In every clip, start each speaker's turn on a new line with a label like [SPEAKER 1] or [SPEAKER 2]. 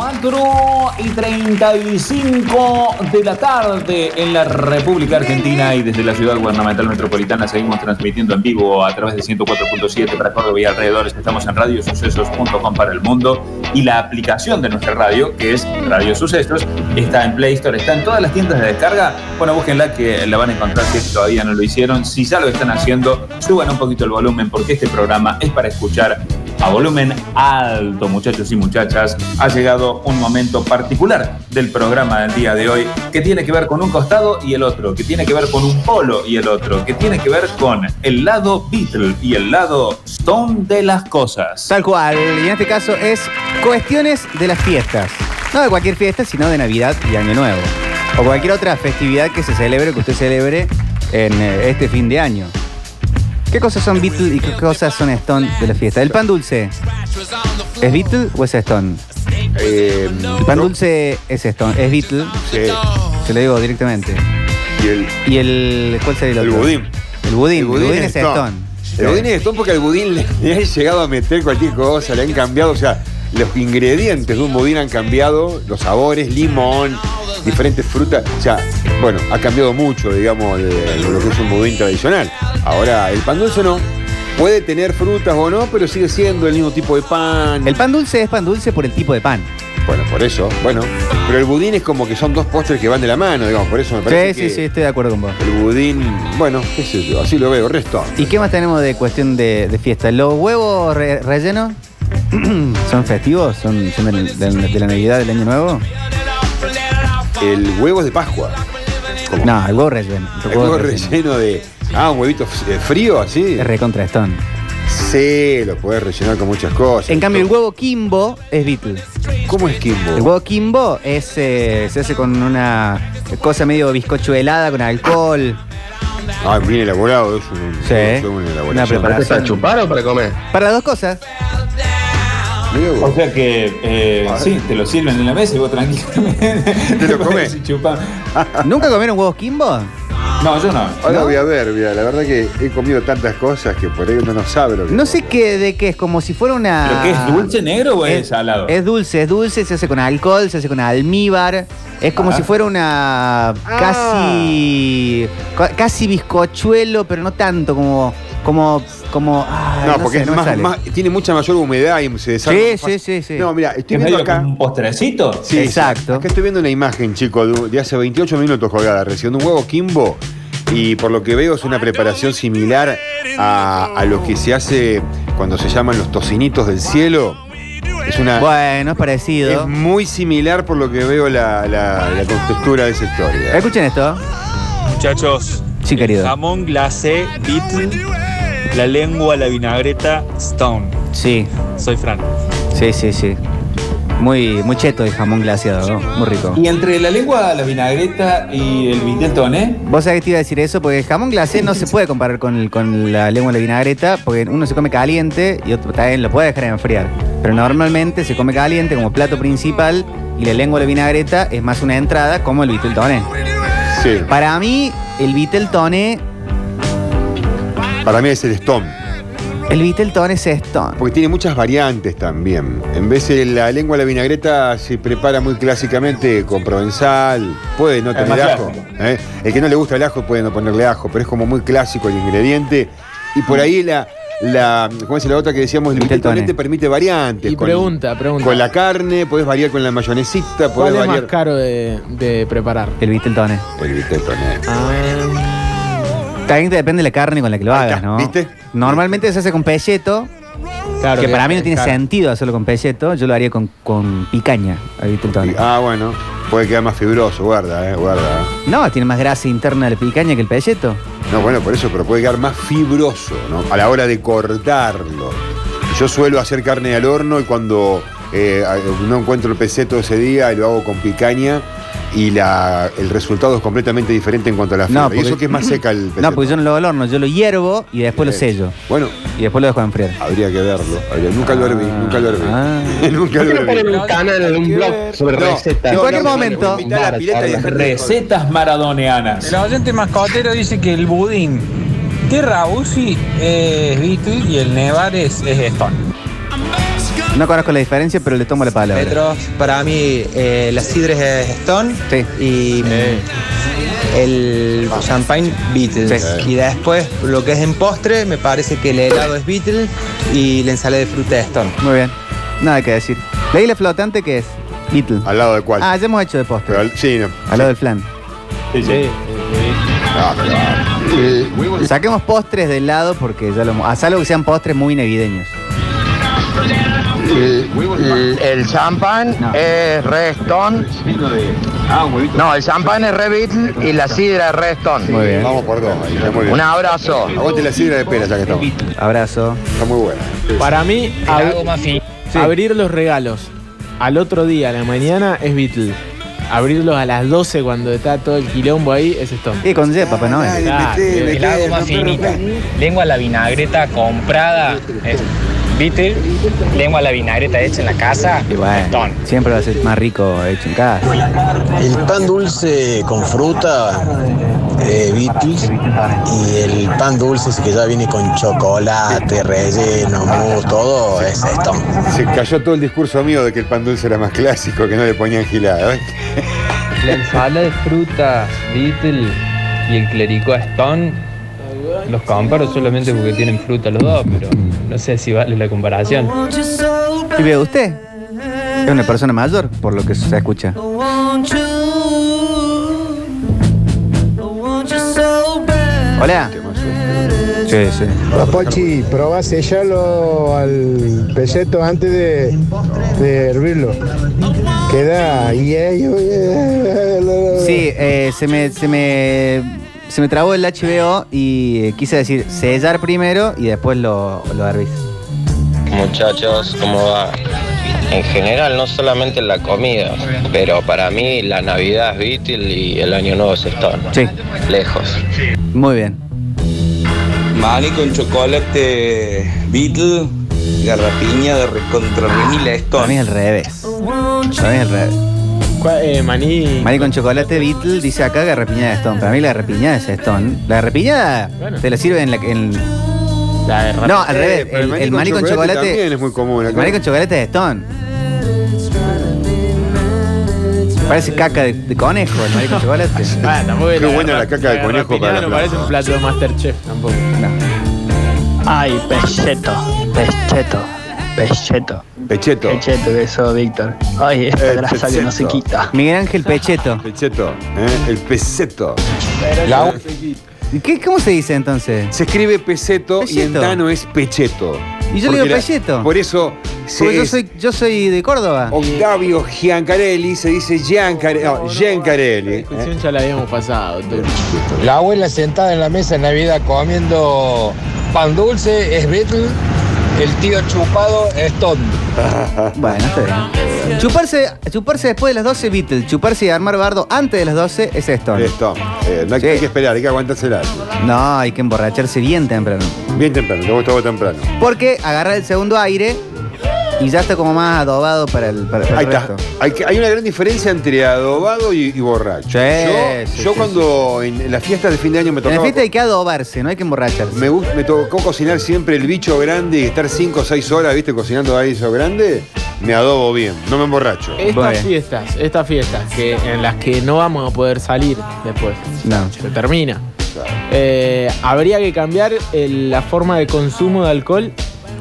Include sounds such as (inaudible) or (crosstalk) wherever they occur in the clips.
[SPEAKER 1] 4 y 35 de la tarde en la República Argentina y desde la ciudad gubernamental metropolitana seguimos transmitiendo en vivo a través de 104.7 para Córdoba y alrededores. Estamos en radiosucesos.com para el mundo y la aplicación de nuestra radio, que es Radio Sucesos, está en Play Store, está en todas las tiendas de descarga. Bueno, búsquenla que la van a encontrar si todavía no lo hicieron. Si ya lo están haciendo, suban un poquito el volumen porque este programa es para escuchar a volumen alto, muchachos y muchachas, ha llegado un momento particular del programa del día de hoy que tiene que ver con un costado y el otro, que tiene que ver con un polo y el otro, que tiene que ver con el lado Beatle y el lado Stone de las cosas.
[SPEAKER 2] Tal cual, y en este caso es cuestiones de las fiestas. No de cualquier fiesta, sino de Navidad y Año Nuevo. O cualquier otra festividad que se celebre, que usted celebre en eh, este fin de año. ¿Qué cosas son Beatle y qué cosas son Stone de la fiesta? El pan dulce. ¿Es Beatle o es Stone?
[SPEAKER 3] Eh,
[SPEAKER 2] El pan dulce es Stone, es Beatle,
[SPEAKER 3] sí,
[SPEAKER 2] se lo digo directamente.
[SPEAKER 3] y el,
[SPEAKER 2] ¿Y el cuál sería el
[SPEAKER 3] el
[SPEAKER 2] otro?
[SPEAKER 3] budín.
[SPEAKER 2] El budín, el budín, es Stone.
[SPEAKER 3] El budín es Stone porque al budín le, (laughs) le han llegado a meter cualquier cosa, le han cambiado, o sea, los ingredientes de un budín han cambiado, los sabores, limón, diferentes frutas, o sea, bueno, ha cambiado mucho, digamos, de, de lo que es un budín tradicional. Ahora, el pan dulce no, puede tener frutas o no, pero sigue siendo el mismo tipo de pan.
[SPEAKER 2] El pan dulce es pan dulce por el tipo de pan.
[SPEAKER 3] Bueno, por eso, bueno, pero el budín es como que son dos postres que van de la mano, digamos, por eso me
[SPEAKER 2] Sí,
[SPEAKER 3] parece
[SPEAKER 2] sí,
[SPEAKER 3] que
[SPEAKER 2] sí, estoy de acuerdo con vos.
[SPEAKER 3] el budín, bueno, qué sé yo, así lo veo, resto.
[SPEAKER 2] ¿Y qué más tenemos de cuestión de, de fiesta? ¿Los huevos re- rellenos (clears throat) son festivos? ¿Son, son del- del- de, la Navidad, del Año Nuevo?
[SPEAKER 3] El huevo es de Pascua. ¿Cómo?
[SPEAKER 2] No, el huevo relleno.
[SPEAKER 3] El huevo relleno de. Ah, un huevito eh, frío, así.
[SPEAKER 2] Es recontra Stone.
[SPEAKER 3] Sí, lo podés rellenar con muchas cosas.
[SPEAKER 2] En cambio, el huevo Kimbo es Beatle.
[SPEAKER 3] ¿Cómo es Kimbo?
[SPEAKER 2] El huevo Kimbo es, eh, se hace con una cosa medio bizcochuelada, con alcohol.
[SPEAKER 3] Ah, bien elaborado, es un.
[SPEAKER 2] Sí.
[SPEAKER 3] es una
[SPEAKER 2] Una
[SPEAKER 4] ¿Para,
[SPEAKER 3] elaboración.
[SPEAKER 4] para
[SPEAKER 2] preparación.
[SPEAKER 4] chupar o para comer?
[SPEAKER 2] Para las dos (laughs) cosas.
[SPEAKER 3] Mirá vos.
[SPEAKER 1] O sea que, eh, sí, te lo sirven en la mesa y vos tranquilamente. (laughs)
[SPEAKER 3] Te lo comes.
[SPEAKER 1] Y chupás.
[SPEAKER 2] ¿Nunca comieron huevos Kimbo?
[SPEAKER 1] No, yo no.
[SPEAKER 3] Ahora
[SPEAKER 2] ¿no?
[SPEAKER 3] voy a ver, mira, la verdad que he comido tantas cosas que por ahí uno no sabe lo que
[SPEAKER 2] No sé qué, de qué es, como si fuera una.
[SPEAKER 1] ¿Pero qué es dulce negro o es salado?
[SPEAKER 2] Ah. Es dulce, es dulce, se hace con alcohol, se hace con almíbar. Es como
[SPEAKER 3] Ah.
[SPEAKER 1] Ajá.
[SPEAKER 2] si fuera una casi ca- casi bizcochuelo, pero no tanto como como como ay,
[SPEAKER 3] No, porque
[SPEAKER 2] sé,
[SPEAKER 3] es
[SPEAKER 2] me
[SPEAKER 3] más,
[SPEAKER 2] sale.
[SPEAKER 3] más- tiene mucha mayor humedad y se desarma
[SPEAKER 2] Sí,
[SPEAKER 3] más fácil.
[SPEAKER 2] sí, sí, sí.
[SPEAKER 3] No, mira, estoy
[SPEAKER 1] ¿Es
[SPEAKER 3] viendo
[SPEAKER 1] medio
[SPEAKER 3] acá.
[SPEAKER 1] como un postrecito?
[SPEAKER 3] Sí,
[SPEAKER 2] Exacto.
[SPEAKER 3] Acá estoy viendo una imagen, chico, de, de hace 28 minutos colgada, recién de un huevo Kimbo. Y por lo que veo es una preparación similar a, a lo que se hace cuando se llaman los tocinitos del cielo. Es una.
[SPEAKER 2] Bueno, es parecido.
[SPEAKER 3] ah. Es muy similar por lo que veo la, la, la contextura de esa historia.
[SPEAKER 2] Escuchen esto.
[SPEAKER 5] Muchachos,
[SPEAKER 2] Sí, querido.
[SPEAKER 5] el jamón glacé, beatle, la lengua, la vinagreta, stone.
[SPEAKER 2] Sí,
[SPEAKER 5] Soy Fran.
[SPEAKER 2] sí, sí, sí. Muy, muy cheto el jamón glaseado, ¿no? muy rico.
[SPEAKER 1] Y entre la lengua, la vinagreta y el ¿eh? vitel toné,
[SPEAKER 2] Vos sabés que te iba a decir eso, porque el jamón glacé no se puede comparar con, el- con la lengua de la vinagreta, porque uno se come caliente y otro también lo puede dejar enfriar. Pero normalmente se come caliente como plato principal y la lengua de la vinagreta es más una entrada como el vitel toné.
[SPEAKER 3] Sí,
[SPEAKER 2] Para mí, el vitel toné,
[SPEAKER 3] para mí es el Stone.
[SPEAKER 2] el vitel toné es esto.
[SPEAKER 3] Porque tiene muchas variantes también. En vez de la lengua a la vinagreta se prepara muy clásicamente con provenzal, puede no
[SPEAKER 1] Es
[SPEAKER 3] tener
[SPEAKER 1] más
[SPEAKER 3] ajo.
[SPEAKER 1] clásico.
[SPEAKER 3] ¿eh? El que no le gusta el ajo puede no ponerle ajo, pero es como muy clásico el ingrediente. Y por ahí la, la ¿cómo es la otra que decíamos? El
[SPEAKER 2] Vitel
[SPEAKER 3] vitel toné
[SPEAKER 2] toné.
[SPEAKER 3] te permite variantes.
[SPEAKER 6] Y pregunta, pregunta.
[SPEAKER 3] Con la carne, podés variar con la mayonesita, podés
[SPEAKER 6] ¿Cuál es más
[SPEAKER 3] variar.
[SPEAKER 6] caro de, de preparar?
[SPEAKER 2] El vitel toné.
[SPEAKER 3] el vitel toné.
[SPEAKER 6] Ah,
[SPEAKER 4] Ah,
[SPEAKER 2] También te depende de la carne con la que lo
[SPEAKER 3] Ahí está,
[SPEAKER 2] hagas, ¿no?
[SPEAKER 3] ¿viste?
[SPEAKER 2] Normalmente se hace con pelleto,
[SPEAKER 6] Claro,
[SPEAKER 2] que para mí no tiene
[SPEAKER 6] claro.
[SPEAKER 2] sentido hacerlo con pelleto. Yo lo haría con, con picaña, el vitel toné.
[SPEAKER 3] Ah, bueno. Puede quedar más fibroso, guarda, eh, guarda. eh.
[SPEAKER 2] No, tiene más grasa interna la picaña que el pelleto.
[SPEAKER 3] No, bueno, por eso, pero puede quedar más fibroso, ¿no? A la hora de cortarlo. Yo suelo hacer carne al horno y cuando eh, no encuentro el peseto ese día, lo hago con picaña y la, el resultado es completamente diferente en cuanto a la fibra.
[SPEAKER 2] No,
[SPEAKER 3] y
[SPEAKER 2] porque-
[SPEAKER 3] eso que es más seca el peseto. Eh,
[SPEAKER 2] No, porque yo no lo hago al horno, yo lo hiervo y después lo sello.
[SPEAKER 3] Bueno,
[SPEAKER 2] Y después lo dejo enfriar.
[SPEAKER 3] habría que verlo. habría- nunca lo herví, nunca lo herví.
[SPEAKER 2] Ah.
[SPEAKER 3] (laughs) nunca
[SPEAKER 4] ¿Por qué
[SPEAKER 3] lo
[SPEAKER 4] no ponen
[SPEAKER 3] herví.
[SPEAKER 4] un canal, en un blog sobre
[SPEAKER 3] No,
[SPEAKER 4] recetas?
[SPEAKER 3] no,
[SPEAKER 2] En cualquier
[SPEAKER 3] no, no,
[SPEAKER 2] momento.
[SPEAKER 3] no, invitá a la pileta y dejate de joder.
[SPEAKER 1] recetas maradoneanas.
[SPEAKER 7] El oyente mascotero dice que el budín de Rabusi es Beatle y el Nevar es, es Stone.
[SPEAKER 2] No conozco la diferencia, pero le tomo la palabra.
[SPEAKER 8] Petros, para mí eh, la Cidres es Stone
[SPEAKER 2] Sí.
[SPEAKER 8] y mm, el Champagne Beatles.
[SPEAKER 2] Sí.
[SPEAKER 8] Y después lo que es en postre, me parece que el helado es Beatles y la ensalada de fruta es Stone.
[SPEAKER 2] Muy bien. Nada que decir. La isla flotante que es Beatle.
[SPEAKER 3] ¿Al lado de cuál?
[SPEAKER 2] Ah, ya hemos hecho de postre.
[SPEAKER 3] Pero al- sí, no.
[SPEAKER 2] Al lado del flan.
[SPEAKER 1] Sí, sí.
[SPEAKER 3] Ah, pero-
[SPEAKER 2] Saquemos postres del lado porque ya lo hemos. A salvo que sean postres muy navideños.
[SPEAKER 9] El champán
[SPEAKER 2] No.
[SPEAKER 9] es Red Stone. No, el champán es Red Beatle y la sidra es Red Stone.
[SPEAKER 2] Muy bien.
[SPEAKER 3] Vamos por dos. ahí, está muy bien.
[SPEAKER 9] Un abrazo.
[SPEAKER 3] Aguante la sidra de pera, ya que estamos.
[SPEAKER 2] Abrazo.
[SPEAKER 3] Está muy buena.
[SPEAKER 6] Para mí, ab-
[SPEAKER 2] Sí.
[SPEAKER 6] abrir los regalos al otro día, a la mañana, es Beatle. Abrirlos a las 12 cuando está todo el quilombo ahí, es Stone.
[SPEAKER 2] Y con Yepa, papá, ¿no?
[SPEAKER 3] Dale,
[SPEAKER 6] Ah,
[SPEAKER 3] meté,
[SPEAKER 6] el
[SPEAKER 3] meté,
[SPEAKER 7] helado
[SPEAKER 3] no
[SPEAKER 7] más
[SPEAKER 3] te
[SPEAKER 7] finita.
[SPEAKER 3] rompas.
[SPEAKER 7] Lengua a la vinagreta comprada. Es Beatle. Lengua a la vinagreta hecha en la casa.
[SPEAKER 2] Y bueno,
[SPEAKER 7] Stone.
[SPEAKER 2] siempre va a ser más rico hecho en casa.
[SPEAKER 10] El pan dulce con fruta, eh, Beatles, y el pan dulce ese que ya viene con chocolate, relleno, mousse, todo es esto.
[SPEAKER 3] Se cayó todo el discurso mío de que el pan dulce era más clásico, que no le ponían gilada. ¿eh?
[SPEAKER 8] La ensalada de fruta Beatle y el clérico Stone los comparo solamente porque tienen fruta los dos, pero no sé si vale la comparación.
[SPEAKER 2] ¿Y ve usted? Es una persona mayor, por lo que se escucha. Hola. Sí, sí.
[SPEAKER 10] Papochi, probá sellarlo al peseto antes de, hervirlo. Queda eh, y
[SPEAKER 2] Sí, eh, se me. Se me... Se me trabó el HBO y eh, quise decir sellar primero y después lo, lo hervís.
[SPEAKER 9] Muchachos, ¿cómo va? En general, no solamente la comida, pero para mí la Navidad es Beatle y el Año Nuevo es Stone.
[SPEAKER 2] Sí,
[SPEAKER 9] Lejos.
[SPEAKER 2] muy bien.
[SPEAKER 8] Maní con chocolate Beatle, garrapiña de recontra remila
[SPEAKER 2] Para mí
[SPEAKER 8] Stone.
[SPEAKER 2] es al revés. Para mí es al revés.
[SPEAKER 6] ¿Cuál- eh, maní.
[SPEAKER 2] Mari con chocolate Beatle dice acá garrapiñada de Stone. Para mí la garrapiñada es Stone. La garrapiñada
[SPEAKER 6] Bueno.
[SPEAKER 2] te la sirve en la. En...
[SPEAKER 6] La de ra-
[SPEAKER 2] No, al revés.
[SPEAKER 3] pero
[SPEAKER 2] Eh, El, el maní con
[SPEAKER 3] También
[SPEAKER 2] chocolate.
[SPEAKER 3] es muy común.
[SPEAKER 2] El
[SPEAKER 3] acá.
[SPEAKER 2] maní con chocolate es Stone. Parece caca de, de conejo el maní con chocolate. (laughs)
[SPEAKER 6] Ah, tampoco es
[SPEAKER 3] Qué buena la
[SPEAKER 6] garra-
[SPEAKER 3] caca de conejo
[SPEAKER 6] garrapinada
[SPEAKER 3] para Eh. la plaza.
[SPEAKER 6] no parece un plato de Masterchef tampoco.
[SPEAKER 10] Ay, pecheto, pecheto, pecheto,
[SPEAKER 3] Pecheto.
[SPEAKER 10] pecheto, eso, Víctor. Ay, esta
[SPEAKER 3] El
[SPEAKER 10] grasa que no se
[SPEAKER 3] pecheto.
[SPEAKER 10] quita.
[SPEAKER 2] Miguel Ángel Pecheto.
[SPEAKER 3] Pecheto. ¿eh? El peseto.
[SPEAKER 8] La-
[SPEAKER 2] ¿Y qué- ¿Cómo se dice entonces?
[SPEAKER 3] Se escribe peseto, y en
[SPEAKER 2] Pecheto.
[SPEAKER 3] Tano es pecheto.
[SPEAKER 2] Y yo le
[SPEAKER 3] Porque
[SPEAKER 2] digo
[SPEAKER 3] la-
[SPEAKER 2] pecheto.
[SPEAKER 3] Por eso se
[SPEAKER 2] Porque yo
[SPEAKER 3] es-
[SPEAKER 2] soy, yo soy de Córdoba.
[SPEAKER 3] Octavio Giancarelli se dice Giancarelli. No, Giancarelli. ¿eh?
[SPEAKER 6] La discusión ya la habíamos pasado. tú.
[SPEAKER 10] La abuela sentada en la mesa en Navidad comiendo pan dulce es Beatle, el tío chupado es Todd.
[SPEAKER 2] Oh, Bueno, está bien. Chuparse, chuparse después de las 12 Beatle. Chuparse y armar bardo antes de las 12 es Stone.
[SPEAKER 3] Esto. eh, no hay,
[SPEAKER 2] Sí.
[SPEAKER 3] hay que esperar, hay que aguantársela.
[SPEAKER 2] No, hay que emborracharse bien temprano.
[SPEAKER 3] Bien temprano, te gustaba temprano.
[SPEAKER 2] Porque agarra el segundo aire y ya está como más adobado para el, para, para
[SPEAKER 3] Ahí
[SPEAKER 2] el
[SPEAKER 3] está.
[SPEAKER 2] resto.
[SPEAKER 3] Hay, que- hay una gran diferencia entre adobado y, y borracho.
[SPEAKER 2] Sí,
[SPEAKER 3] yo
[SPEAKER 2] sí,
[SPEAKER 3] yo
[SPEAKER 2] sí,
[SPEAKER 3] cuando en las fiestas de fin de año me
[SPEAKER 2] En
[SPEAKER 3] tocaba.
[SPEAKER 2] la fiesta hay que adobarse, no hay que emborracharse.
[SPEAKER 3] Me, gust- me tocó cocinar siempre el bicho grande y estar 5 o 6 horas, viste, cocinando ahí eso grande. Me adobo bien, no me emborracho.
[SPEAKER 6] Estas
[SPEAKER 2] bien.
[SPEAKER 6] fiestas, estas fiestas que, en las que no vamos a poder salir después.
[SPEAKER 2] No.
[SPEAKER 6] Se termina. Eh, habría que cambiar el- la forma de consumo de alcohol.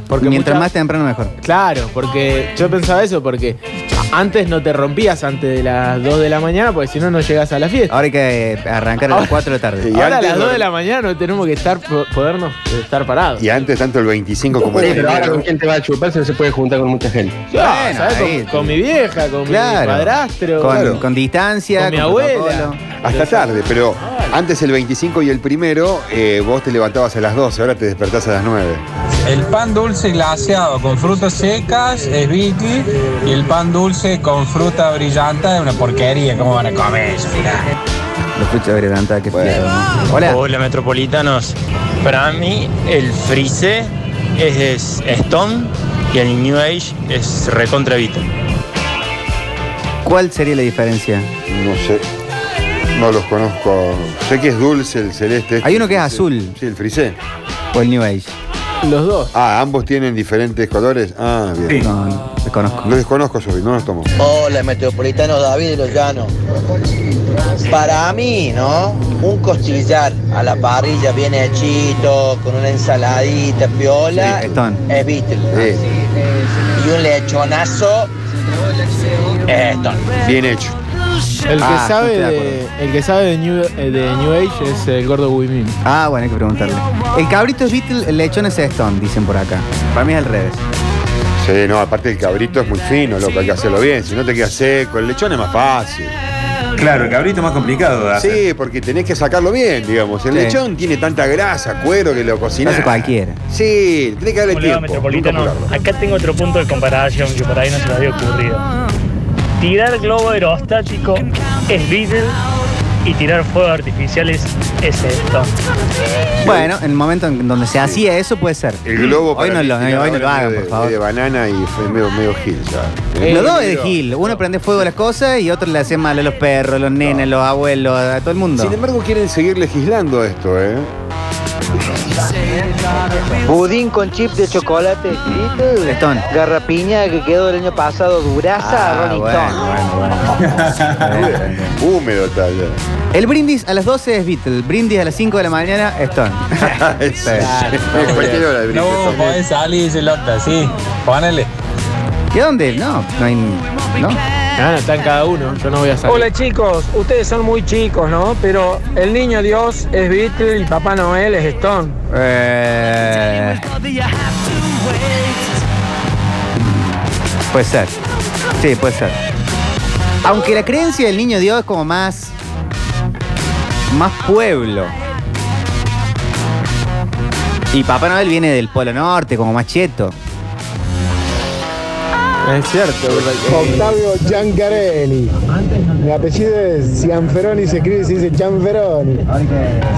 [SPEAKER 6] Porque
[SPEAKER 2] Mientras
[SPEAKER 6] muchas-
[SPEAKER 2] más temprano mejor.
[SPEAKER 6] Claro, porque yo pensaba eso, porque antes no te rompías antes de las 2 de la mañana, porque si no, no llegas a la fiesta.
[SPEAKER 2] Ahora hay que eh, arrancar a las
[SPEAKER 6] Ahora-
[SPEAKER 2] 4 de la tarde.
[SPEAKER 3] Sí. y
[SPEAKER 6] Ahora a
[SPEAKER 3] antes
[SPEAKER 6] las 2
[SPEAKER 3] duerm-
[SPEAKER 6] de la mañana no tenemos que estar po- podernos eh, estar parados.
[SPEAKER 3] Y antes tanto el 25 como el
[SPEAKER 4] pero ahora
[SPEAKER 3] primero.
[SPEAKER 4] con quién te va a chupar se se puede juntar con mucha gente.
[SPEAKER 6] Ya,
[SPEAKER 2] Bueno,
[SPEAKER 6] ¿sabes?
[SPEAKER 2] ahí-
[SPEAKER 6] Con, con mi vieja, con mi padrastro,
[SPEAKER 2] con,
[SPEAKER 6] claro.
[SPEAKER 2] con distancia,
[SPEAKER 6] Con mi abuela.
[SPEAKER 2] protocolo.
[SPEAKER 3] Hasta tarde, pero antes el 25 y el primero, eh, vos te levantabas a las 12, ahora te despertás a las 9.
[SPEAKER 7] El pan dulce glaseado con frutas secas es Beatle. Y el pan dulce con fruta brillante es una porquería. ¿Cómo van a comer eso? Mirá.
[SPEAKER 2] Lo escucho ver tanta que frío. Hola.
[SPEAKER 10] metropolitanos. Para mí, el frise es, Stone y el New Age es recontra
[SPEAKER 2] ¿Cuál sería la diferencia?
[SPEAKER 3] No sé. No los conozco. Sé que es dulce el celeste.
[SPEAKER 2] Hay uno que es azul.
[SPEAKER 3] Sí, el frisé.
[SPEAKER 2] O el New Age.
[SPEAKER 6] Los dos.
[SPEAKER 3] Ah, ambos tienen diferentes colores. Ah, bien.
[SPEAKER 2] No, no, desconozco.
[SPEAKER 3] Los desconozco, Sofi, no los tomo.
[SPEAKER 11] Hola, metropolitano David de los Llanos. Para mí, ¿no? Un costillar a la parrilla bien hechito, con una ensaladita, piola,
[SPEAKER 2] Sí, están.
[SPEAKER 11] es Beatle.
[SPEAKER 3] Sí.
[SPEAKER 11] Y un lechonazo, es Stone.
[SPEAKER 3] Bien hecho.
[SPEAKER 6] El que,
[SPEAKER 2] Ah,
[SPEAKER 6] sabe
[SPEAKER 2] estoy de
[SPEAKER 6] de, el que sabe de New, eh, de New Age es el gordo Wimin.
[SPEAKER 2] Ah, bueno, hay que preguntarle. El cabrito es Beatle, el lechón es Stone, dicen por acá. Para mí es al revés.
[SPEAKER 3] Sí, no, aparte el cabrito es muy fino, loco, hay que hacerlo bien. Si no te queda seco, el lechón es más fácil.
[SPEAKER 1] Claro, el cabrito es más complicado. de hacer.
[SPEAKER 3] Sí, porque tenés que sacarlo bien, digamos. El
[SPEAKER 2] Sí.
[SPEAKER 3] lechón tiene tanta grasa, cuero que lo
[SPEAKER 2] No
[SPEAKER 3] cocinás.
[SPEAKER 2] hace cualquiera.
[SPEAKER 3] Sí, tenés que darle
[SPEAKER 12] Hola,
[SPEAKER 3] tiempo.
[SPEAKER 12] metropolitano.
[SPEAKER 3] nunca apurarlo.
[SPEAKER 12] Acá tengo otro punto de comparación que por ahí no se me había ocurrido. Tirar globo aerostático es Beatle y tirar fuegos artificiales es esto.
[SPEAKER 2] Bueno, en el momento en donde se hacía eso puede ser.
[SPEAKER 3] El globo
[SPEAKER 2] Hoy no
[SPEAKER 3] para
[SPEAKER 2] lo,
[SPEAKER 3] mí,
[SPEAKER 2] hoy no lo
[SPEAKER 3] ahora
[SPEAKER 2] hagan,
[SPEAKER 3] es medio
[SPEAKER 2] por
[SPEAKER 3] de-
[SPEAKER 2] favor.
[SPEAKER 3] medio de banana y fue medio, medio gil ya.
[SPEAKER 2] Los dos es de Gil. Uno prende fuego a las cosas y otro le hace mal a los perros, a los nenes, a los abuelos, a todo el mundo.
[SPEAKER 3] Sin embargo, quieren seguir legislando esto, ¿eh?
[SPEAKER 11] Budín con chip de chocolate, Beatle.
[SPEAKER 2] Stone.
[SPEAKER 11] Garrapiña que quedó el año pasado, duraza,
[SPEAKER 2] Ah,
[SPEAKER 11] Rolling
[SPEAKER 2] bueno,
[SPEAKER 11] Stone.
[SPEAKER 2] bueno,
[SPEAKER 3] (laughs)
[SPEAKER 2] bueno. Bien, bien, bien.
[SPEAKER 3] Húmedo tal. ya.
[SPEAKER 2] El brindis a las 12 es Beatle, brindis a las 5 de la mañana Stone.
[SPEAKER 3] Este, Sí. En Cualquier hora de brindis,
[SPEAKER 7] No,
[SPEAKER 10] pues,
[SPEAKER 3] también.
[SPEAKER 7] podés salir, dice Lota, sí. Ponele.
[SPEAKER 2] ¿Y a dónde? No, no hay. ¿No?
[SPEAKER 6] Ah, no, están cada uno. Yo no voy a salir.
[SPEAKER 13] Hola chicos, ustedes son muy chicos, ¿no? Pero el niño Dios es Beatle y Papá Noel es Stone.
[SPEAKER 2] Eh, puede ser. Sí, puede ser. Aunque la creencia del niño Dios es como más. más pueblo. Y Papá Noel viene del Polo Norte, como más cheto.
[SPEAKER 6] Es cierto, ¿verdad?
[SPEAKER 14] Octavio Giancarelli. Mi apellido es Gianferoni, se escribe y se dice Gianferoni.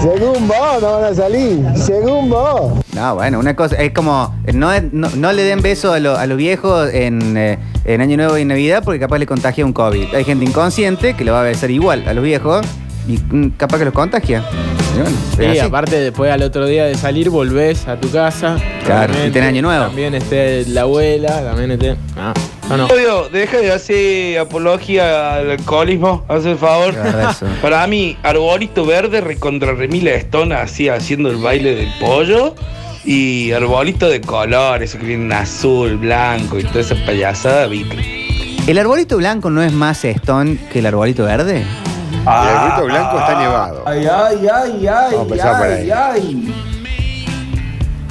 [SPEAKER 14] Según vos, no van a salir. Según vos.
[SPEAKER 2] No, bueno, una cosa, es como, no, es- no, no le den beso a, lo- a los viejos en, eh, en Año Nuevo y Navidad porque capaz le contagia un COVID. Hay gente inconsciente que le va a besar igual a los viejos y mm, capaz que los contagia. Y bueno, es
[SPEAKER 6] Sí,
[SPEAKER 2] así.
[SPEAKER 6] aparte después al otro día de salir volvés a tu casa.
[SPEAKER 2] Claro,
[SPEAKER 6] Obviamente,
[SPEAKER 2] y tenés Año Nuevo.
[SPEAKER 6] También esté la abuela, también esté... Ah, no, no.
[SPEAKER 13] Obvio, deja de hacer apología al alcoholismo, haz el favor.
[SPEAKER 2] Claro, eso.
[SPEAKER 13] Para mí, arbolito verde recontra remila Stone así haciendo el baile del pollo. Y arbolito de colores, que vienen azul, blanco y toda esa payasada, Beatle.
[SPEAKER 2] ¿El arbolito blanco no es más Stone que el arbolito verde?
[SPEAKER 1] Ah.
[SPEAKER 3] el grito blanco está nevado.
[SPEAKER 1] Ay, ay, ay, ay,
[SPEAKER 3] Vamos a empezar por
[SPEAKER 1] ay,
[SPEAKER 3] ahí.
[SPEAKER 1] ay.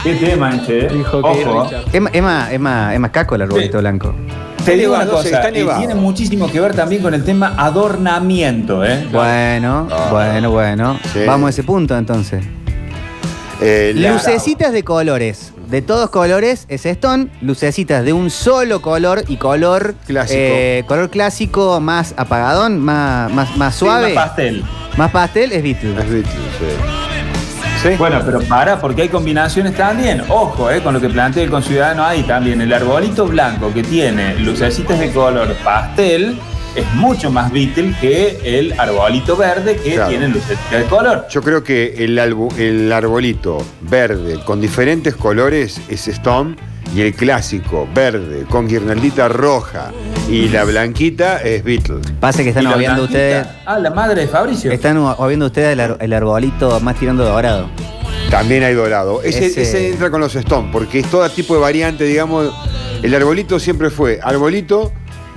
[SPEAKER 1] Qué tema, che.
[SPEAKER 6] Dijo que
[SPEAKER 1] Ojo.
[SPEAKER 6] Richard.
[SPEAKER 2] Es, ma- es más- es más- es más caco el arbolito
[SPEAKER 1] Sí.
[SPEAKER 2] blanco.
[SPEAKER 1] Te digo una
[SPEAKER 3] nevado, se
[SPEAKER 1] cosa,
[SPEAKER 3] está
[SPEAKER 1] y
[SPEAKER 3] nevado.
[SPEAKER 1] tiene muchísimo que ver también con el tema adornamiento, ¿eh?
[SPEAKER 2] Bueno, bueno, bueno.
[SPEAKER 3] Sí.
[SPEAKER 2] Vamos a ese punto entonces.
[SPEAKER 3] Eh, la-
[SPEAKER 2] Lucecitas de colores. De todos colores es Stone. Lucecitas de un solo color y color
[SPEAKER 3] Clásico.
[SPEAKER 2] eh, color clásico más apagadón, más, más, más
[SPEAKER 1] Sí, más
[SPEAKER 2] suave. más,
[SPEAKER 1] pastel.
[SPEAKER 2] pastel es Beatle.
[SPEAKER 3] Es Beatles, sí. Sí.
[SPEAKER 1] Bueno, pero para, porque hay combinaciones también. Ojo, eh, con lo que plantea el conciudadano ahí también. El arbolito blanco que tiene lucecitas de color pastel es mucho más Beatle que el arbolito verde que
[SPEAKER 3] Claro.
[SPEAKER 1] tiene lucecitas de color.
[SPEAKER 3] Yo creo que el, albu- el arbolito verde con diferentes colores es Stone y el clásico verde con guirnaldita roja y la blanquita es Beatle.
[SPEAKER 2] Pasa que están
[SPEAKER 1] Y la
[SPEAKER 2] obviando
[SPEAKER 1] blanquita.
[SPEAKER 2] ustedes.
[SPEAKER 1] Ah, la madre de Fabricio.
[SPEAKER 2] Están obviando ustedes el, ar- el arbolito más tirando dorado.
[SPEAKER 3] También hay dorado. Ese,
[SPEAKER 2] Ese-
[SPEAKER 3] ese entra con los Stone porque es todo tipo de variante, digamos. El arbolito siempre fue arbolito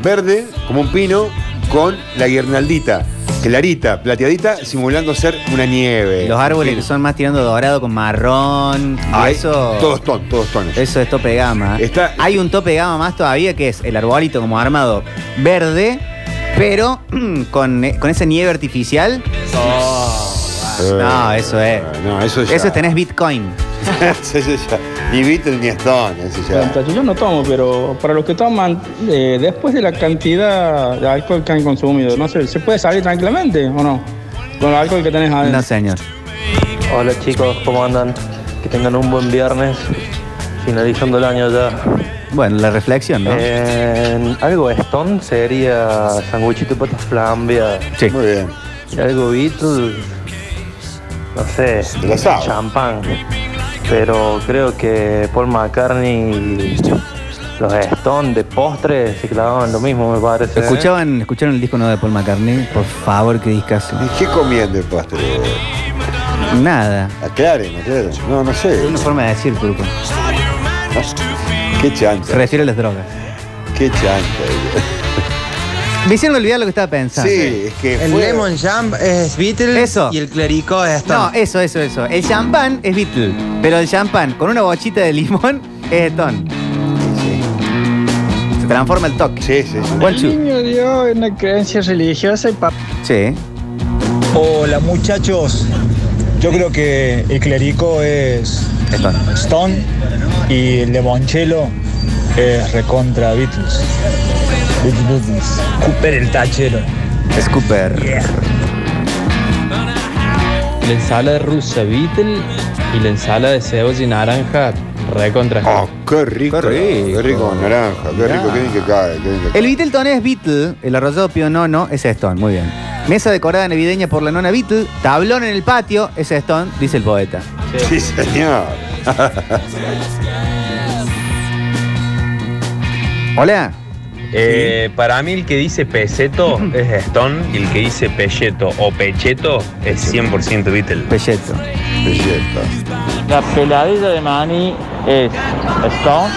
[SPEAKER 3] verde como un pino con la guirnaldita clarita, plateadita, simulando ser una nieve.
[SPEAKER 2] Los árboles que son más tirando dorado con marrón. y
[SPEAKER 3] Ay,
[SPEAKER 2] eso.
[SPEAKER 3] Todos ton, todos tonos.
[SPEAKER 2] Eso es tope de gama.
[SPEAKER 3] Está-
[SPEAKER 2] Hay un tope de gama más todavía que es el arbolito como armado verde, pero (clears throat) con, eh, con esa nieve artificial. No, eso es.
[SPEAKER 3] Eh, No, eso Oh. ya.
[SPEAKER 2] Eso es tenés Bitcoin.
[SPEAKER 3] (laughs) Eso ya. Ni Beatles ni Stone, eso ya.
[SPEAKER 15] Yo no tomo, pero para los que toman, eh, después de la cantidad de alcohol que han consumido, no sé, ¿se puede salir tranquilamente o no? Con el alcohol que tenés
[SPEAKER 2] No,
[SPEAKER 3] Ah, eh.
[SPEAKER 15] adentro.
[SPEAKER 2] señor.
[SPEAKER 16] Hola chicos, ¿cómo andan? Que tengan un buen viernes, finalizando el año ya.
[SPEAKER 2] Bueno, la reflexión, ¿no?
[SPEAKER 16] Eh, algo Stone sería sanguchito de patas flambia.
[SPEAKER 2] Sí.
[SPEAKER 3] Muy bien.
[SPEAKER 16] Y algo Beatle, no sé,
[SPEAKER 3] El asado.
[SPEAKER 16] champán. pero creo que Paul McCartney y los Stone de postre se clavaban lo mismo, me parece.
[SPEAKER 2] ¿Escuchaban, ¿Escucharon el disco nuevo de Paul McCartney? Por favor, qué discazo.
[SPEAKER 3] ¿Qué comían de postre?
[SPEAKER 2] Nada.
[SPEAKER 3] Aclaren, aclaren. No, no sé.
[SPEAKER 2] Es una forma de decir, Turco.
[SPEAKER 3] Qué chanta.
[SPEAKER 2] Se refiere a las drogas.
[SPEAKER 3] Qué chanta.
[SPEAKER 2] Me hicieron olvidar lo que estaba pensando.
[SPEAKER 3] Sí, es que
[SPEAKER 11] El
[SPEAKER 2] fue-
[SPEAKER 11] Lemon Jump es Beatles
[SPEAKER 2] Eso.
[SPEAKER 11] y el clericó es
[SPEAKER 2] No,
[SPEAKER 11] Stone.
[SPEAKER 2] eso, eso, eso. El champán es Beatle, pero el champán con una bochita de limón (laughs) es Stone. Se transforma el toque.
[SPEAKER 3] Sí, sí, sí.
[SPEAKER 2] One,
[SPEAKER 15] El
[SPEAKER 2] two.
[SPEAKER 15] niño dio una creencia religiosa y papá.
[SPEAKER 2] Sí.
[SPEAKER 17] Hola muchachos, yo creo que el clerico es
[SPEAKER 2] Stone,
[SPEAKER 17] y el de Monchelo es recontra Beatles. Beatles, Beatles. Cooper el tachero.
[SPEAKER 2] Scooper.
[SPEAKER 8] La ensalada rusa Beatle y la ensalada de cebolla y naranja recontra.
[SPEAKER 3] Oh, qué rico.
[SPEAKER 8] Qué rico.
[SPEAKER 3] Qué rico con naranja. Qué rico. Qué bien que cae. Qué bien que cae.
[SPEAKER 2] El Beatleton es Beatle, el arrollado Pío Nono es Stone, muy bien. Mesa decorada navideña por la nona Beatle, tablón en el patio es Stone, dice el poeta.
[SPEAKER 3] Sí, señor.
[SPEAKER 2] Hola.
[SPEAKER 18] Eh, Para mí el que dice peseto es Stone y el que dice pelleto o pecheto es 100% Beatle.
[SPEAKER 2] Pelleto.
[SPEAKER 3] Pelleto.
[SPEAKER 18] La peladilla de maní es Stone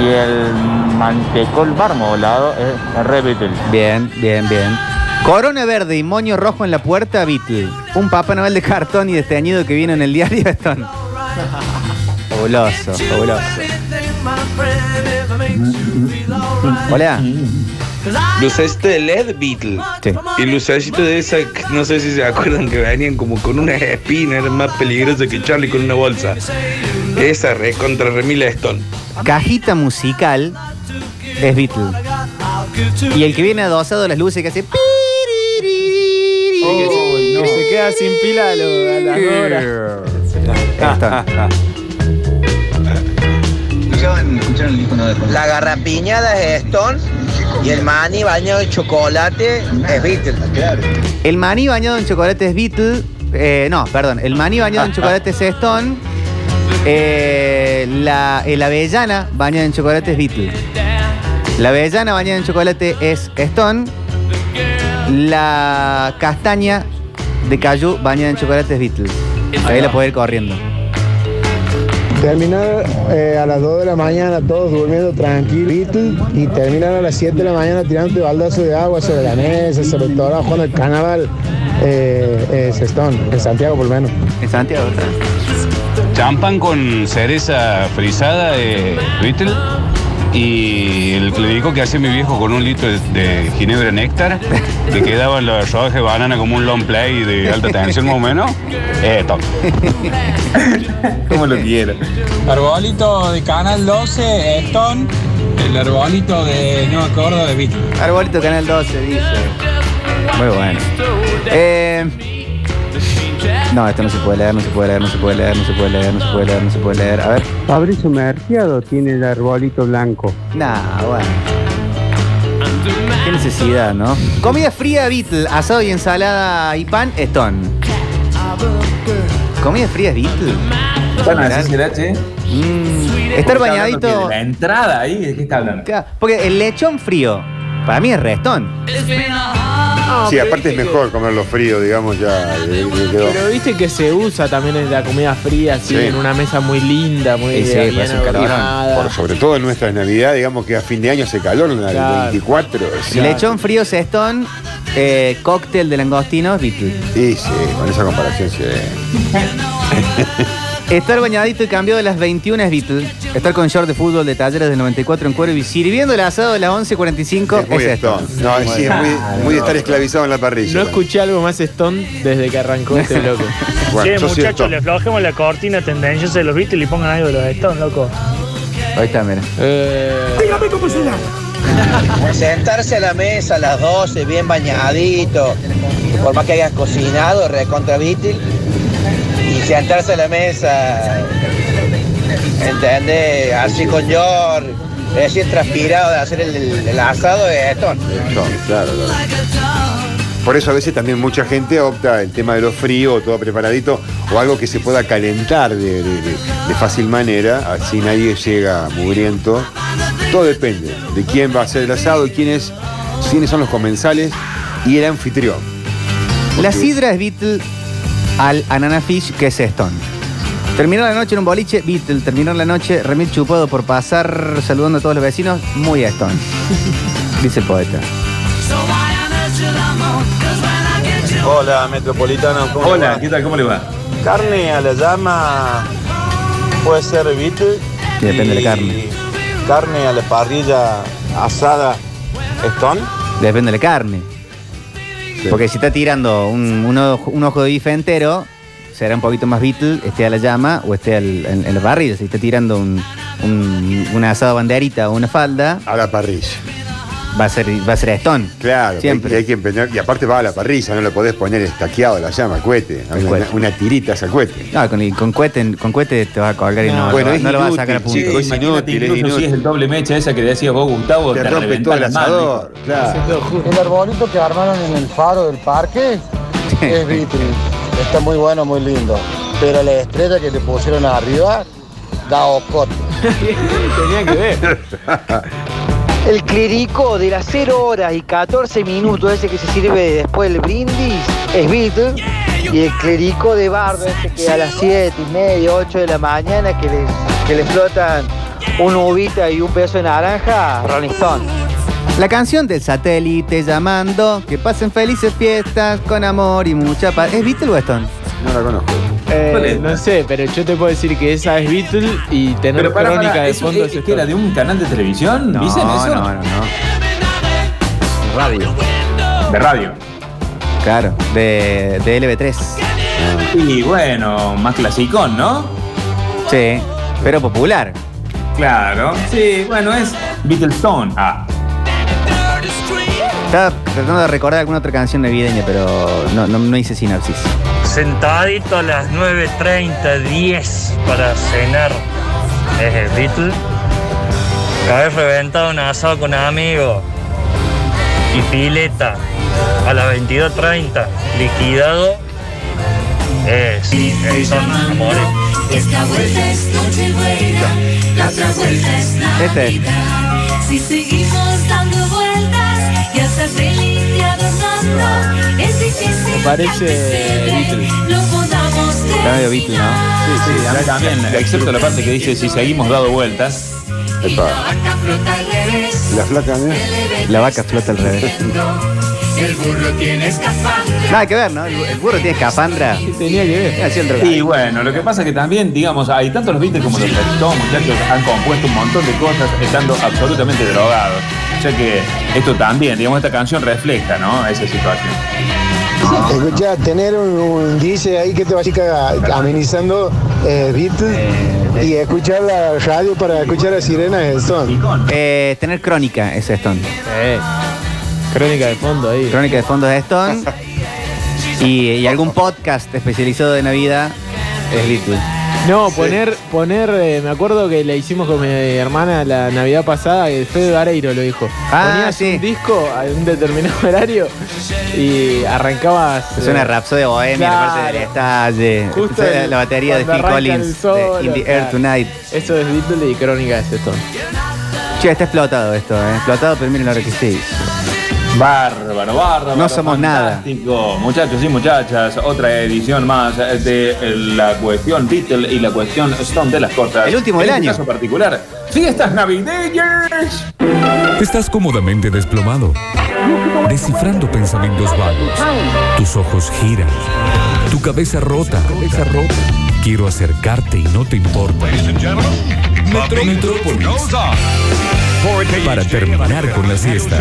[SPEAKER 18] y el mantecol marmolado es re Beatle.
[SPEAKER 2] Bien, bien, bien. Corona verde y moño rojo en la puerta, Beatle. Un Papá Noel de cartón y desteñido que vino en el diario, Stone. Fabuloso, fabuloso. Hola.
[SPEAKER 13] Lucecita de LED Beatle.
[SPEAKER 2] Sí.
[SPEAKER 13] Y lucecita de esa, que no sé si se acuerdan que venían como con unas espinas, era más peligroso que Charlie con una bolsa. Esa re contra Remila Stone.
[SPEAKER 2] Cajita musical es Beatle. Y el que viene adosado a las luces que hace... pi,
[SPEAKER 6] Que se queda sin pila a, lo- a las dos horas.
[SPEAKER 2] Stone.
[SPEAKER 11] La garrapiñada es Stone y el maní bañado de chocolate es Beatles.
[SPEAKER 2] El maní bañado en chocolate es Beatle. eh, no, perdón. El maní bañado en chocolate es Stone. Eh, la, el avellana bañada en chocolate es Beatle. La avellana bañada en chocolate es Stone. La castaña de cayú bañada en chocolate es Beatle. Ahí la puedo ir corriendo.
[SPEAKER 14] Terminar eh, a las 2 de la mañana todos durmiendo tranquilito y terminar a las 7 de la mañana tirando baldazo de agua sobre la mesa, sobre todo abajo del carnaval. Eh, es Stone, en Santiago por lo menos.
[SPEAKER 2] En Santiago, ¿sabes?
[SPEAKER 19] Champan con cereza frisada de Beatle y el clérigo que hace mi viejo con un litro de, de ginebra néctar, que quedaban los rodajas de banana como un long play de alta tensión más o menos, Eh, esto.
[SPEAKER 1] (laughs) Como lo quiera.
[SPEAKER 7] Arbolito de Canal 12, Stone. El arbolito de No me acuerdo de Beatles.
[SPEAKER 2] Arbolito Canal 12 dice. Muy bueno. Eh, no, esto no se puede leer, no se puede leer, no se puede leer, no se puede leer, no se puede leer, no se puede leer. A ver.
[SPEAKER 20] Fabricio Merciado tiene el arbolito blanco.
[SPEAKER 2] Nah, bueno. Qué necesidad, ¿no? Comida fría Beatle, asado y ensalada y pan, Stone. Comida fría Beatle.
[SPEAKER 1] Bueno, así será, che.
[SPEAKER 2] Estar bañadito.
[SPEAKER 1] La entrada ahí, ¿de qué está hablando?
[SPEAKER 2] Claro, Porque el lechón frío, para mí es restón.
[SPEAKER 3] Sí, aparte es mejor comerlo frío, digamos, ya. eh, que quedó.
[SPEAKER 6] Pero viste que se usa también en la comida fría, así,
[SPEAKER 3] Sí.
[SPEAKER 6] en una mesa muy linda, muy
[SPEAKER 3] Y sí,
[SPEAKER 6] bien
[SPEAKER 3] parece un calorón.
[SPEAKER 6] adornada.
[SPEAKER 3] Por- sobre todo en nuestra Navidad, digamos que a fin de año hace calor, en la del
[SPEAKER 6] Claro.
[SPEAKER 3] 24. sí.
[SPEAKER 2] Lechón frío es Stone, eh, cóctel de langostinos, Beatle.
[SPEAKER 3] Sí, sí, con esa comparación sí.
[SPEAKER 2] Estar bañadito y cambiado de las 21 es Beatle. Estar con short de fútbol de talleres del 94 en cuero y sirviendo el asado de las 11.45
[SPEAKER 3] Muy
[SPEAKER 2] es
[SPEAKER 3] Stone.
[SPEAKER 2] Stone.
[SPEAKER 3] No, sí, es muy, muy de estar esclavizado en la
[SPEAKER 6] No
[SPEAKER 3] parrilla.
[SPEAKER 6] escuché algo más Stone desde que arrancó este loco.
[SPEAKER 3] Bueno,
[SPEAKER 17] che,
[SPEAKER 3] yo soy
[SPEAKER 17] muchachos,
[SPEAKER 3] Stone.
[SPEAKER 17] le aflojemos la cortina tendencias de los Beatles y pongan algo de los Stones, loco.
[SPEAKER 2] Ahí está, mira.
[SPEAKER 17] Dígame cómo se llama.
[SPEAKER 11] Sentarse a la mesa a las 12, bien bañadito, por más que hayas cocinado, recontra Beatles. Y sentarse a la mesa, ¿entendés? Así con George, recién transpirado de hacer el, el asado es Stone.
[SPEAKER 3] Stone, claro, claro. Por eso a veces también mucha gente opta el tema de lo frío, todo preparadito, o algo que se pueda calentar de, de- de- de fácil manera, así nadie llega mugriento. Todo depende de quién va a hacer el asado, quién es- quiénes son los comensales y el anfitrión.
[SPEAKER 2] La
[SPEAKER 3] Porque-
[SPEAKER 2] sidra es Beatle al Anana Fish, que es Stone. Terminar la noche en un boliche, Beatle. Terminar la noche, remil chupado por pasar saludando a todos los vecinos, muy Stone. (laughs) Dice el poeta.
[SPEAKER 21] Hola, Metropolitano.
[SPEAKER 1] Hola, ¿qué tal? ¿Cómo le va?
[SPEAKER 21] Carne a la llama puede ser bitel.
[SPEAKER 2] Y depende de la carne.
[SPEAKER 21] Carne a la parrilla asada, Stone.
[SPEAKER 2] Depende de la carne. Porque si está tirando un, un ojo, un ojo de bife entero, será un poquito más Beatle, esté a la llama o esté al- en, en la parrilla. Si está tirando un, un- una asada banderita o una falda.
[SPEAKER 3] A la parrilla.
[SPEAKER 2] Va a ser, va a ser Stone.
[SPEAKER 3] Claro,
[SPEAKER 2] Siempre.
[SPEAKER 3] Siempre. Hay que empeñar- Y aparte va a la parrilla, no le podés poner estaqueado a la llama, al cohete. a Una,
[SPEAKER 2] cohete.
[SPEAKER 3] una tirita al cohete.
[SPEAKER 2] No, con, con, cohete, con cohete te vas a colgar y no,
[SPEAKER 3] Bueno,
[SPEAKER 2] no,
[SPEAKER 3] es
[SPEAKER 2] no lo vas a
[SPEAKER 3] inútil,
[SPEAKER 2] sacar a punto.
[SPEAKER 3] sí, es
[SPEAKER 1] Imagínate
[SPEAKER 3] inútil, es
[SPEAKER 1] incluso si
[SPEAKER 3] inútil.
[SPEAKER 1] es el doble mecha esa que decías vos, Gustavo,
[SPEAKER 3] Te
[SPEAKER 1] te,
[SPEAKER 3] rompe
[SPEAKER 1] reventás
[SPEAKER 3] todo el
[SPEAKER 1] las manos.
[SPEAKER 3] asador,
[SPEAKER 11] El arbolito que armaron en el faro del
[SPEAKER 21] (laughs)
[SPEAKER 11] parque es vitri. Está muy bueno, muy lindo. Pero la estrella que le pusieron arriba da ocote.
[SPEAKER 6] Tenía que ver.
[SPEAKER 22] El clérico de las 0 horas y 14 minutos, ese que se sirve después del brindis, es Beatle. Y el clérico de bardo, ese que a las 7 y media, 8 de la mañana, que le, que le flotan una uvita y un pedazo de naranja, Rolling Stone.
[SPEAKER 2] La canción del satélite llamando, que pasen felices fiestas con amor y mucha paz. ¿Es Beatle o Stone?
[SPEAKER 3] No la conozco.
[SPEAKER 6] Eh,
[SPEAKER 1] ¿Cuál es?
[SPEAKER 6] no sé, pero yo te puedo decir que esa es Beatle y tener
[SPEAKER 1] Pero para,
[SPEAKER 6] crónica de fondo
[SPEAKER 1] es, que era de un canal de televisión,
[SPEAKER 6] No,
[SPEAKER 1] ¿dicen eso?
[SPEAKER 6] no,
[SPEAKER 1] Radio. De radio.
[SPEAKER 2] Claro, de, de LB3.
[SPEAKER 1] Y bueno, más clasicón, ¿no?
[SPEAKER 2] Sí, pero popular.
[SPEAKER 1] Claro, sí, bueno, es Beatlestone. Ah,
[SPEAKER 2] Estaba tratando de recordar alguna otra canción navideña, pero no, no, no hice sinapsis.
[SPEAKER 23] Sentadito a las 9.30, 10 para cenar. Es el Beatle. Haber reventado un asado con amigos. Y pileta. A las 22.30, liquidado. Es. es son amores.
[SPEAKER 24] Esta vuelta es noche buena, la otra vuelta es
[SPEAKER 2] Este es.
[SPEAKER 24] Navidad. Si seguimos dando vueltas y hasta feliz y adornando, es difícil
[SPEAKER 6] Parece Beatles.
[SPEAKER 24] lo podamos
[SPEAKER 1] está medio Beatle, ¿no? Sí, sí, a mí también, excepto la parte que dice si seguimos dado vueltas.
[SPEAKER 3] La flaca, eh? ¿no?
[SPEAKER 2] La vaca flota al revés.
[SPEAKER 6] (laughs)
[SPEAKER 24] El burro tiene escafandra.
[SPEAKER 2] Nada que ver, ¿no? El, el burro tiene escafandra.
[SPEAKER 6] tenía que ver.
[SPEAKER 1] Y bueno, lo que pasa es que también, digamos, hay tanto los Beatles como los Stones, muchachos, han compuesto un montón de cosas estando absolutamente drogados. O sea que esto también, digamos, esta canción refleja, ¿no? Esa situación.
[SPEAKER 14] Escucha, tener un, un DJ ahí que te va a ir caga- amenizando eh, Beatles y escuchar la radio para escuchar a Sirena es Stone.
[SPEAKER 2] Eh, tener crónica es Stone.
[SPEAKER 6] Crónica de fondo ahí.
[SPEAKER 2] Crónica de fondo es
[SPEAKER 14] (laughs)
[SPEAKER 2] Stone. y, y algún podcast especializado de Navidad es Beatle.
[SPEAKER 6] No, poner, poner, eh, me acuerdo que la hicimos con mi hermana la Navidad pasada, que Fede Vareiro lo dijo.
[SPEAKER 2] Ah,
[SPEAKER 6] Ponías un disco a un determinado (laughs) horario y arrancabas.
[SPEAKER 2] Es una
[SPEAKER 6] eh,
[SPEAKER 2] rapsodia bohemia, la parte del estalle.
[SPEAKER 6] Justo
[SPEAKER 2] la,
[SPEAKER 6] el-
[SPEAKER 2] la batería de
[SPEAKER 6] cuando
[SPEAKER 2] Phil
[SPEAKER 6] arranca el
[SPEAKER 2] Collins,
[SPEAKER 6] solo,
[SPEAKER 2] de In the
[SPEAKER 6] claro.
[SPEAKER 2] Air Tonight.
[SPEAKER 6] Eso es Beatles y Crónica de Stone.
[SPEAKER 2] Che, está explotado esto, ¿eh? Explotado, pero miren lo que sí.
[SPEAKER 1] Bárbaro, bárbaro.
[SPEAKER 2] No somos nada.
[SPEAKER 1] fantástico. Muchachos y muchachas, otra edición más de la cuestión Beatle y la cuestión Stone de las cosas.
[SPEAKER 25] El último
[SPEAKER 1] En
[SPEAKER 25] del
[SPEAKER 1] este
[SPEAKER 25] año.
[SPEAKER 1] caso particular, fiestas navideñas.
[SPEAKER 25] Estás cómodamente desplomado, descifrando pensamientos vagos. Tus ojos giran, tu cabeza rota, cabeza rota. Quiero acercarte y no te importa. Metro- Metrópolis. Para terminar con las fiestas.